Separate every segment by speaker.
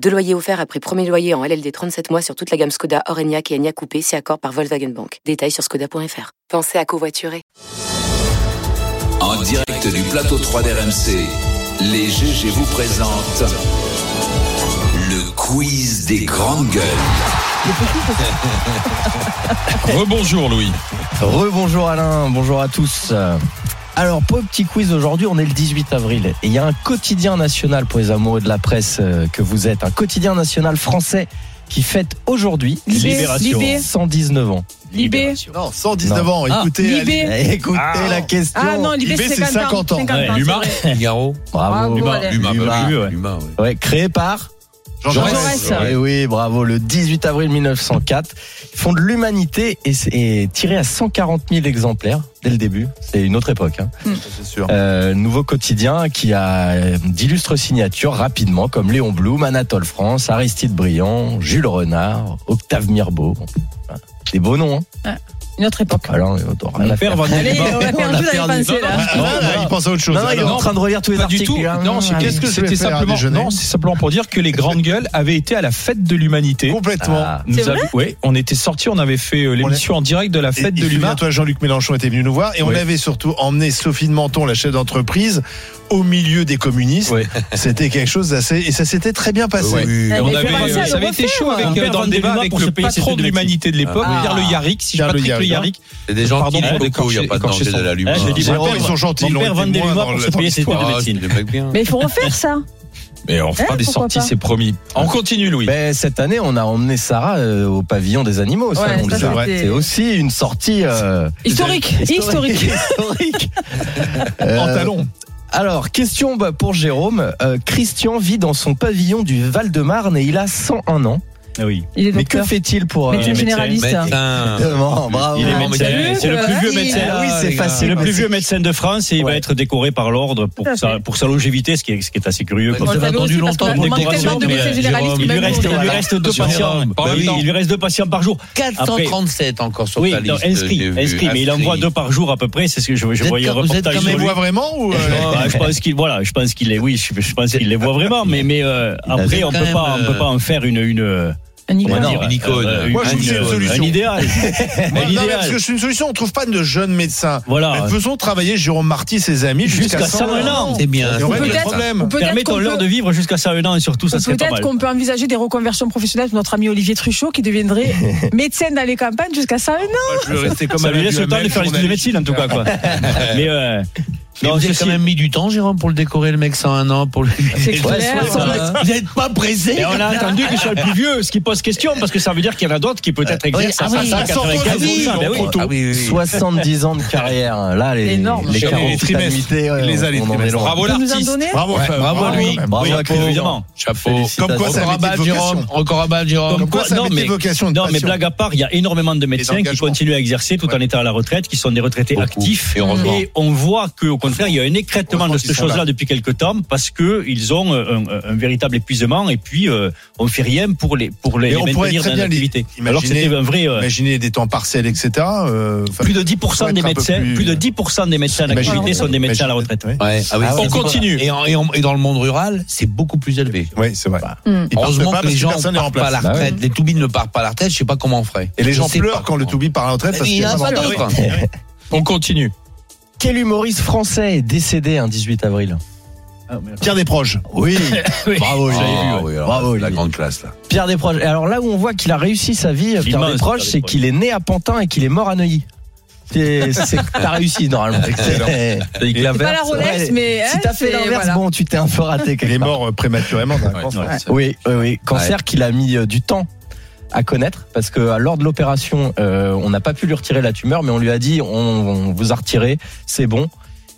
Speaker 1: Deux loyers offerts après premier loyer en LLD 37 mois sur toute la gamme Skoda, Orenia et Enya Coupé, si accord par Volkswagen Bank. Détails sur skoda.fr. Pensez à covoiturer.
Speaker 2: En direct du plateau 3 d'RMC, les GG vous présentent le quiz des grandes gueules.
Speaker 3: Rebonjour Louis.
Speaker 4: Rebonjour Alain, bonjour à tous. Alors pour le petit quiz aujourd'hui, on est le 18 avril et il y a un quotidien national pour les amoureux de la presse euh, que vous êtes, un quotidien national français qui fête aujourd'hui
Speaker 5: Libé,
Speaker 4: Libération.
Speaker 5: Libé.
Speaker 4: 119 ans.
Speaker 5: Libé.
Speaker 6: Non, 119 ans.
Speaker 5: Ah.
Speaker 6: Écoutez, allez,
Speaker 5: Libé.
Speaker 4: Eh, Écoutez
Speaker 3: Ah,
Speaker 4: la question.
Speaker 5: Ah non, Libé,
Speaker 6: Libé,
Speaker 5: c'est
Speaker 6: c'est 50 ans.
Speaker 3: Ouais,
Speaker 5: c'est
Speaker 3: Luma.
Speaker 5: vrai.
Speaker 2: Figaro.
Speaker 4: Bravo.
Speaker 5: Bravo,
Speaker 4: Luma.
Speaker 5: Alain.
Speaker 2: L'humain,
Speaker 4: Luma.
Speaker 2: bah,
Speaker 3: ouais.
Speaker 2: l'humain, ouais.
Speaker 4: Ouais, créé par
Speaker 6: Jean
Speaker 5: Jean
Speaker 6: Jaurès.
Speaker 5: Jaurès.
Speaker 4: Eh oui, bravo. Le 18 avril 1904, ils font de l'humanité et c'est- et tiré à 140 000 exemplaires dès le début. C'est une autre époque. hein.
Speaker 6: C'est sûr.
Speaker 4: Euh, nouveau quotidien qui a euh, d'illustres signatures rapidement comme Léon Blum, Anatole France, Aristide Briand, Jules Renard, Octave Mirbeau. Voilà. Des beaux noms. Hein
Speaker 5: Une autre époque.
Speaker 4: Voilà, on aura rien à faire.
Speaker 3: va
Speaker 5: Allez, on va faire un jeu
Speaker 4: perdu.
Speaker 5: d'aller penser là.
Speaker 6: Ah, là, il pense à autre chose.
Speaker 4: Non, non, il est
Speaker 6: Alors,
Speaker 4: en train de relire tous les
Speaker 3: Pas du
Speaker 4: articles.
Speaker 3: tout.
Speaker 4: lui, hein.
Speaker 3: Non, c'est-
Speaker 6: qu'est-ce que je vais
Speaker 3: c'était
Speaker 6: faire à
Speaker 3: simplement.
Speaker 6: déjeuner
Speaker 3: Non, c'est simplement pour dire que les grandes gueules avaient été à la fête de l'humanité.
Speaker 6: Complètement.
Speaker 4: Ah.
Speaker 3: Nous
Speaker 5: C'est vrai
Speaker 3: avions- ouais, on était sortis, on avait fait euh, l'émission en direct de la
Speaker 6: Et,
Speaker 3: fête de
Speaker 6: et
Speaker 3: l'humain.
Speaker 6: souviens-toi, Jean-Luc Mélenchon était venu nous voir et on
Speaker 3: Oui.
Speaker 6: avait surtout emmené Sophie de Menton, la chef d'entreprise, au milieu des communistes.
Speaker 3: Ouais.
Speaker 6: C'était quelque chose d'assez. Et ça s'était très bien passé.
Speaker 2: Ouais.
Speaker 5: Ah,
Speaker 3: On
Speaker 5: mais
Speaker 3: avait,
Speaker 5: fais pas
Speaker 3: euh, ça
Speaker 5: ça, le
Speaker 3: avait été
Speaker 5: refaire.
Speaker 3: chaud avec, euh,
Speaker 7: Perdre
Speaker 3: dans le
Speaker 7: des
Speaker 3: débat
Speaker 7: débats
Speaker 3: avec
Speaker 7: pour
Speaker 3: le
Speaker 7: se payer
Speaker 3: patron
Speaker 7: cette
Speaker 3: de l'humanité de l'époque,
Speaker 4: Ah.
Speaker 3: Pierre Le Yarrick, si je
Speaker 6: Pierre
Speaker 3: Patrick
Speaker 6: Le
Speaker 3: Le Yarric.
Speaker 2: C'est des gens
Speaker 3: Pardon,
Speaker 2: qui
Speaker 3: pardon,
Speaker 2: locaux, il n'y a pas de
Speaker 3: écorché
Speaker 2: danger
Speaker 3: son-
Speaker 2: de la
Speaker 7: Ah,
Speaker 8: Eh,
Speaker 2: lumière.
Speaker 7: je dis
Speaker 6: Mes
Speaker 7: mon
Speaker 6: parents,
Speaker 7: père,
Speaker 6: ils sont gentils, ils l'ont
Speaker 7: Mon père
Speaker 6: été
Speaker 7: vendait
Speaker 6: moins
Speaker 7: des
Speaker 6: dans
Speaker 4: hein,
Speaker 7: morts pour
Speaker 6: le-
Speaker 7: se payer ses études de
Speaker 2: Ah, c'est
Speaker 7: médecine.
Speaker 2: des mecs bien.
Speaker 5: Mais il faut refaire ça.
Speaker 4: Bah,
Speaker 3: Mais on fera
Speaker 5: Eh,
Speaker 3: des
Speaker 5: pourquoi
Speaker 3: sorties,
Speaker 5: pas.
Speaker 3: c'est promis. On continue, Louis.
Speaker 4: Ben, cette année, on a emmené Sarah euh, au pavillon des animaux. ça,
Speaker 5: Ouais,
Speaker 4: on
Speaker 5: ça,
Speaker 4: le sait.
Speaker 5: c'était-
Speaker 4: c'est aussi une sortie euh,
Speaker 5: Historique. Historique.
Speaker 4: historique. Euh,
Speaker 6: En talon.
Speaker 4: Alors, question bah, pour Jérôme. Euh, Christian vit dans son pavillon du Val-de-Marne et il a 101 ans.
Speaker 7: Ah oui.
Speaker 5: Il est
Speaker 4: Mais que
Speaker 5: docteur.
Speaker 4: fait-il pour...
Speaker 5: Médecin
Speaker 7: médecin.
Speaker 5: généraliste.
Speaker 2: Médecin.
Speaker 4: Exactement,
Speaker 6: Euh,
Speaker 4: bravo.
Speaker 7: Il est
Speaker 5: Ah,
Speaker 7: médecin.
Speaker 5: salut,
Speaker 7: C'est le
Speaker 5: voilà.
Speaker 7: plus vieux
Speaker 5: Il-
Speaker 7: médecin.
Speaker 4: Ah oui, c'est
Speaker 7: les gars.
Speaker 4: facile.
Speaker 7: C'est le plus
Speaker 4: Merci.
Speaker 7: vieux médecin de France et il
Speaker 4: Ouais.
Speaker 7: va être décoré par l'ordre pour,
Speaker 5: Tout à
Speaker 7: sa,
Speaker 5: fait.
Speaker 7: pour sa longévité, ce qui est, ce qui est assez curieux.
Speaker 5: On
Speaker 7: Parce
Speaker 5: le
Speaker 7: que-
Speaker 5: savait aussi parce qu'on
Speaker 7: pour une
Speaker 5: manque tellement
Speaker 7: décoration,
Speaker 5: de
Speaker 7: mais,
Speaker 5: médecins
Speaker 7: euh,
Speaker 5: généralistes qui
Speaker 7: il lui
Speaker 5: même
Speaker 7: reste,
Speaker 5: nous,
Speaker 7: il
Speaker 5: on
Speaker 7: lui
Speaker 5: a-
Speaker 7: reste deux patients.
Speaker 3: Par
Speaker 7: Bah oui,
Speaker 3: exemple.
Speaker 7: il lui reste deux patients par jour. Après-
Speaker 2: 437 encore sur
Speaker 7: Oui,
Speaker 2: ta
Speaker 7: non,
Speaker 2: liste.
Speaker 7: inscrit,
Speaker 2: j'ai vu.
Speaker 7: inscrit, mais il envoie
Speaker 2: Inscrit.
Speaker 7: deux par jour à peu près. C'est ce que je, je
Speaker 2: êtes
Speaker 7: voyais un
Speaker 2: comme- vous êtes
Speaker 7: reportage
Speaker 2: comme
Speaker 7: sur
Speaker 6: On
Speaker 7: lui.
Speaker 6: voit vraiment ou. euh,
Speaker 7: Ah, je pense qu'il voilà, je pense qu'il est oui, je, je pense qu'il les voit vraiment, mais mais euh, après
Speaker 2: avait
Speaker 7: on
Speaker 2: quand
Speaker 7: peut pas
Speaker 2: même,
Speaker 7: on peut pas en faire une une euh,
Speaker 5: Un
Speaker 7: comment
Speaker 5: icône.
Speaker 4: non,
Speaker 7: dire, euh,
Speaker 2: une icône.
Speaker 6: Moi, je
Speaker 7: une-
Speaker 6: suis une solution.
Speaker 7: un idéal.
Speaker 6: Moi,
Speaker 7: Un
Speaker 6: non, mais parce
Speaker 7: idéal.
Speaker 6: que c'est une solution. On trouve pas de jeunes médecins.
Speaker 7: Voilà.
Speaker 6: Mais Faisons travailler Jérôme Marty et ses amis jusqu'à
Speaker 7: Jusqu'à
Speaker 6: 100
Speaker 7: 101 ans.
Speaker 2: C'est bien.
Speaker 6: Et on règle le
Speaker 5: Peut-être-
Speaker 6: problème.
Speaker 5: peut-être qu'on
Speaker 7: Permettons leur
Speaker 5: peut-
Speaker 7: de vivre jusqu'à 101 ans et surtout ça serait pas
Speaker 5: Peut-être
Speaker 7: mal.
Speaker 5: qu'on peut envisager des reconversions professionnelles de notre ami Olivier Truchot qui deviendrait médecin dans les campagnes jusqu'à ça. Non,
Speaker 6: Je vais rester comme
Speaker 7: Ça
Speaker 6: un
Speaker 7: lui laisse le temps
Speaker 6: UML,
Speaker 7: de faire les études de médecine en tout cas quoi. Mais euh,
Speaker 2: Mais
Speaker 7: non,
Speaker 2: vous avez
Speaker 7: ceci-
Speaker 2: Oh, quand même mis du temps, Jérôme, pour le décorer, le mec, 101 ans. Pour le...
Speaker 5: c'est
Speaker 4: Ouais,
Speaker 5: clair.
Speaker 4: c'est ça.
Speaker 2: Vous n'êtes pas pressé
Speaker 7: Et on a attendu qu'il soit le plus vieux, ce qui pose question, parce que ça veut dire qu'il y en a d'autres qui peut-être exercent à
Speaker 2: ah oui,
Speaker 7: 500,
Speaker 2: ah, sans
Speaker 7: 95
Speaker 2: cause,
Speaker 7: ans.
Speaker 2: oui,
Speaker 7: Ben
Speaker 2: en
Speaker 7: oui.
Speaker 2: proto. Ah oui, oui, oui.
Speaker 4: 70 ans de carrière. hein. Là, les,
Speaker 5: C'est énorme.
Speaker 4: les
Speaker 6: Les
Speaker 4: 40
Speaker 6: trimestres.
Speaker 4: annuités, ouais,
Speaker 6: Il les a, les
Speaker 4: on en est
Speaker 6: trimestres.
Speaker 4: loin.
Speaker 3: Bravo
Speaker 5: Vous nous en
Speaker 3: l'artiste.
Speaker 5: donnez
Speaker 6: Bravo,
Speaker 2: Ouais,
Speaker 6: Fab,
Speaker 2: bravo à lui.
Speaker 6: quand même.
Speaker 4: Bravo
Speaker 6: Oui,
Speaker 4: à Claude.
Speaker 7: Ah, Évidemment.
Speaker 2: Chapeau.
Speaker 6: Comme quoi,
Speaker 2: Encore
Speaker 6: ça
Speaker 2: un
Speaker 6: mérite
Speaker 2: bal,
Speaker 6: de
Speaker 2: Jérôme.
Speaker 6: vocation.
Speaker 2: Encore un bal, Jérôme.
Speaker 6: Comme quoi, ça
Speaker 7: non,
Speaker 6: met
Speaker 7: mais-
Speaker 6: des vocations, une
Speaker 7: Non, mais
Speaker 6: passion.
Speaker 7: blague à part, il y a énormément de médecins qui
Speaker 6: engagements.
Speaker 7: continuent à exercer tout en étant à la retraite, qui sont des retraités
Speaker 2: Beaucoup.
Speaker 7: actifs.
Speaker 2: Et heureusement.
Speaker 7: on voit qu'au contraire, il y a un écrêtement
Speaker 6: Heureusement
Speaker 7: de
Speaker 6: qu'ils
Speaker 7: cette
Speaker 6: sont là.
Speaker 7: chose-là depuis quelques temps parce que ils ont euh, un, un véritable épuisement et puis euh, on fait rien pour les pour les,
Speaker 6: Et
Speaker 7: les
Speaker 6: on pourrait
Speaker 7: maintenir
Speaker 6: très
Speaker 7: dans
Speaker 6: bien les-
Speaker 7: l'activité.
Speaker 6: imaginer-
Speaker 7: Alors que c'était un vrai euh,
Speaker 6: Imaginez des temps partiels, etc. euh, enfin,
Speaker 7: plus de
Speaker 6: faut
Speaker 7: 10%
Speaker 6: être
Speaker 7: des
Speaker 6: un peu
Speaker 7: médecins,
Speaker 6: plus- euh,
Speaker 7: plus... de 10% des médecins à l'activité
Speaker 6: Imaginez-
Speaker 7: sont des médecins à la
Speaker 6: imaginez-
Speaker 7: retraite.
Speaker 6: Ouais.
Speaker 2: Ouais, ah oui,
Speaker 4: Ah
Speaker 2: c'est
Speaker 4: ouais.
Speaker 3: On
Speaker 2: important.
Speaker 3: continue.
Speaker 2: Et, en- et en- et dans le monde rural, c'est beaucoup plus élevé.
Speaker 6: Oui, c'est vrai. Ils partent
Speaker 2: Heureusement
Speaker 6: pas
Speaker 2: que
Speaker 6: parce
Speaker 2: les gens
Speaker 6: personne
Speaker 2: ne
Speaker 6: n'est
Speaker 2: partent pas à la
Speaker 4: Bah
Speaker 2: retraite. Les toubines ne partent pas à la retraite, je sais pas comment on ferait.
Speaker 6: Et les
Speaker 2: Je
Speaker 6: gens
Speaker 2: sais
Speaker 6: pleurent
Speaker 2: pas
Speaker 6: quand le
Speaker 2: comment.
Speaker 6: Toubi part à la retraite
Speaker 2: Mais
Speaker 6: parce
Speaker 2: il
Speaker 6: qu'il
Speaker 2: y
Speaker 6: n'y
Speaker 2: en a pas d'autres.
Speaker 3: On continue.
Speaker 4: Quel humoriste français est décédé un 18 avril
Speaker 6: Pierre Desproges.
Speaker 4: Oui, bravo,
Speaker 2: Ah,
Speaker 4: Olivier.
Speaker 2: oui, alors,
Speaker 4: Bravo,
Speaker 2: la
Speaker 4: Olivier.
Speaker 2: grande classe là.
Speaker 4: Pierre Desproges. Et alors là où on voit qu'il a réussi sa vie, Pierre
Speaker 7: L'immense
Speaker 4: Desproges,
Speaker 7: Pierre
Speaker 4: c'est
Speaker 7: Desproges.
Speaker 4: qu'il est né à Pantin et qu'il est mort à Neuilly. C'est- c'est- T'as réussi normalement.
Speaker 6: Excellent.
Speaker 4: Il
Speaker 5: C'est pas la Rolex, mais, hein,
Speaker 4: si t'as fait
Speaker 5: c'est-
Speaker 4: l'inverse,
Speaker 5: voilà.
Speaker 4: bon, tu t'es un peu raté.
Speaker 6: Il
Speaker 4: quelque
Speaker 6: est
Speaker 4: part.
Speaker 6: mort euh, prématurément dans la cancer.
Speaker 4: Oui, oui, oui. Cancer qu'il a mis euh, du temps à connaître parce que à- lors de l'opération, euh, on n'a pas pu lui retirer la tumeur, mais on lui a dit on, on vous a retiré, c'est bon.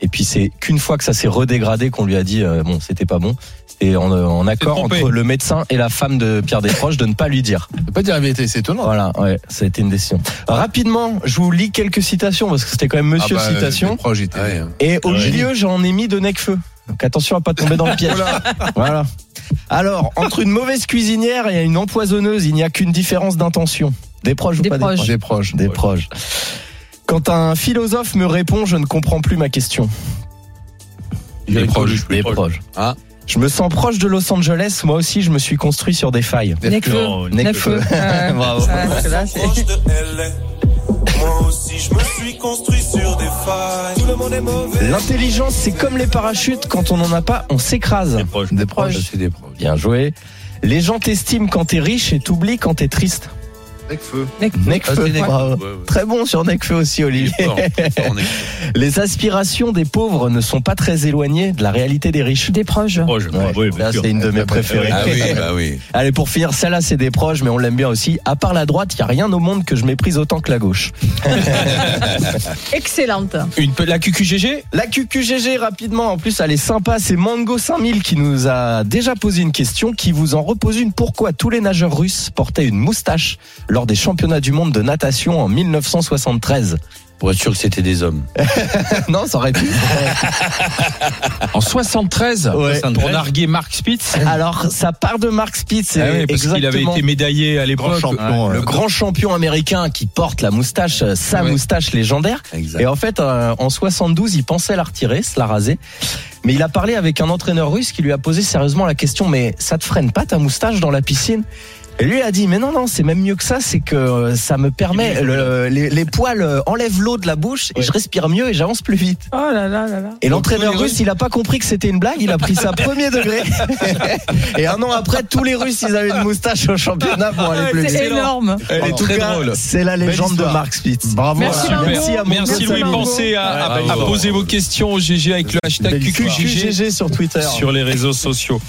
Speaker 4: Et puis c'est qu'une fois que ça s'est redégradé qu'on lui a dit euh, bon, c'était pas bon. C'était en, euh, en accord
Speaker 3: trompé.
Speaker 4: entre le médecin et la femme de Pierre Desproges de ne pas lui dire.
Speaker 6: Je peux Pas dire la vérité, c'est étonnant.
Speaker 4: Voilà, ouais, ça a été une décision. Rapidement, je vous lis quelques citations parce que c'était quand même Monsieur
Speaker 6: Ah bah,
Speaker 4: Citation.
Speaker 6: des proches, j'étais-
Speaker 4: Et au
Speaker 7: Ouais.
Speaker 4: milieu, j'en ai mis de Necfeu. Donc attention à pas tomber dans le piège. voilà. Alors, entre une mauvaise cuisinière et une empoisonneuse, il n'y a qu'une différence d'intention. Des proches ou
Speaker 5: Des
Speaker 4: pas
Speaker 5: proches.
Speaker 4: des
Speaker 6: Des proches.
Speaker 4: proches Des proches. Quand un philosophe me répond, je ne comprends plus ma question.
Speaker 6: Des
Speaker 4: Des
Speaker 6: proches.
Speaker 4: proches. Des proches.
Speaker 6: Ah.
Speaker 4: Je me sens proche de Los Angeles, moi aussi je me suis construit sur des failles.
Speaker 6: Des
Speaker 5: Necfeu.
Speaker 7: Non,
Speaker 4: Necfeu. Bravo.
Speaker 5: Ah, parce que là, c'est-
Speaker 8: proche de LA. Moi aussi, je me suis construit sur des failles. Tout le monde est mauvais.
Speaker 4: L'intelligence, c'est comme les parachutes, quand on n'en a pas, on s'écrase.
Speaker 7: Des proches.
Speaker 6: Des proches. C'est des proches.
Speaker 4: Bien joué. Les gens t'estiment quand t'es riche et t'oublient quand t'es triste.
Speaker 6: Avec feu.
Speaker 4: Necfeu,
Speaker 6: Ah, c'est Necfeu.
Speaker 4: bravo. Très bon sur Necfeu aussi, Olivier. Les aspirations des pauvres ne sont pas très éloignées de la réalité des riches.
Speaker 5: Des proches.
Speaker 7: Proches.
Speaker 4: Ouais.
Speaker 7: Oui, bien
Speaker 4: Là,
Speaker 7: sûr.
Speaker 4: c'est une de mes préférées.
Speaker 7: Ah oui,
Speaker 6: bah oui.
Speaker 4: Allez, pour finir, celle-là, c'est des proches, mais on l'aime bien aussi. À part la droite, il n'y a rien au monde que je méprise autant que la gauche.
Speaker 5: Excellente.
Speaker 3: Une, pe- la QQGG
Speaker 4: La QQGG, rapidement, en plus, elle est sympa. C'est Mango5000 qui nous a déjà posé une question, qui vous en repose une. Pourquoi tous les nageurs russes portaient une moustache lors des championnats du monde de natation en 1973
Speaker 9: Pour être sûr que c'était des hommes.
Speaker 4: Non, ça aurait pu.
Speaker 3: en 73
Speaker 4: Ouais.
Speaker 3: pour narguer Mark Spitz.
Speaker 4: Alors, ça part de Mark Spitz.
Speaker 3: Ah
Speaker 4: et
Speaker 3: oui, parce qu'il avait
Speaker 4: exactement-
Speaker 3: été médaillé à
Speaker 6: Grand
Speaker 3: l'époque.
Speaker 6: champion. euh.
Speaker 4: le grand champion américain qui porte la moustache, euh, sa
Speaker 6: Ouais.
Speaker 4: moustache légendaire. Et en fait, euh, en 72, il pensait la retirer, se la raser. Mais il a parlé avec un entraîneur russe qui lui a posé sérieusement la question, mais ça te freine pas ta moustache dans la piscine et lui il a dit mais non non c'est même mieux que ça c'est que euh, ça me permet le- les, les poils euh, enlèvent l'eau de la bouche et je respire mieux et j'avance plus vite
Speaker 5: Oh là là là là.
Speaker 4: et l'entraîneur russe, il a pas compris que c'était une blague, il a pris ça premier degré. Et un an après, tous les Russes, ils avaient une moustache au championnat pour aller plus
Speaker 5: Ah, C'est
Speaker 4: vite.
Speaker 5: énorme.
Speaker 3: Elle
Speaker 4: En
Speaker 3: est
Speaker 4: tout
Speaker 3: très
Speaker 4: cas,
Speaker 3: drôle.
Speaker 4: C'est la légende de
Speaker 6: histoire.
Speaker 4: Mark Spitz.
Speaker 6: Bravo.
Speaker 5: Merci,
Speaker 6: Voilà.
Speaker 5: Margot.
Speaker 4: Merci à mon
Speaker 3: Merci
Speaker 4: Merci
Speaker 3: Louis,
Speaker 5: Margot.
Speaker 3: pensez à, à-
Speaker 6: Ouais,
Speaker 3: à
Speaker 6: bravo.
Speaker 3: poser vos questions au GG avec le hashtag
Speaker 6: Belle histoire.
Speaker 3: QQGG
Speaker 4: QGG sur Twitter.
Speaker 3: sur les réseaux sociaux.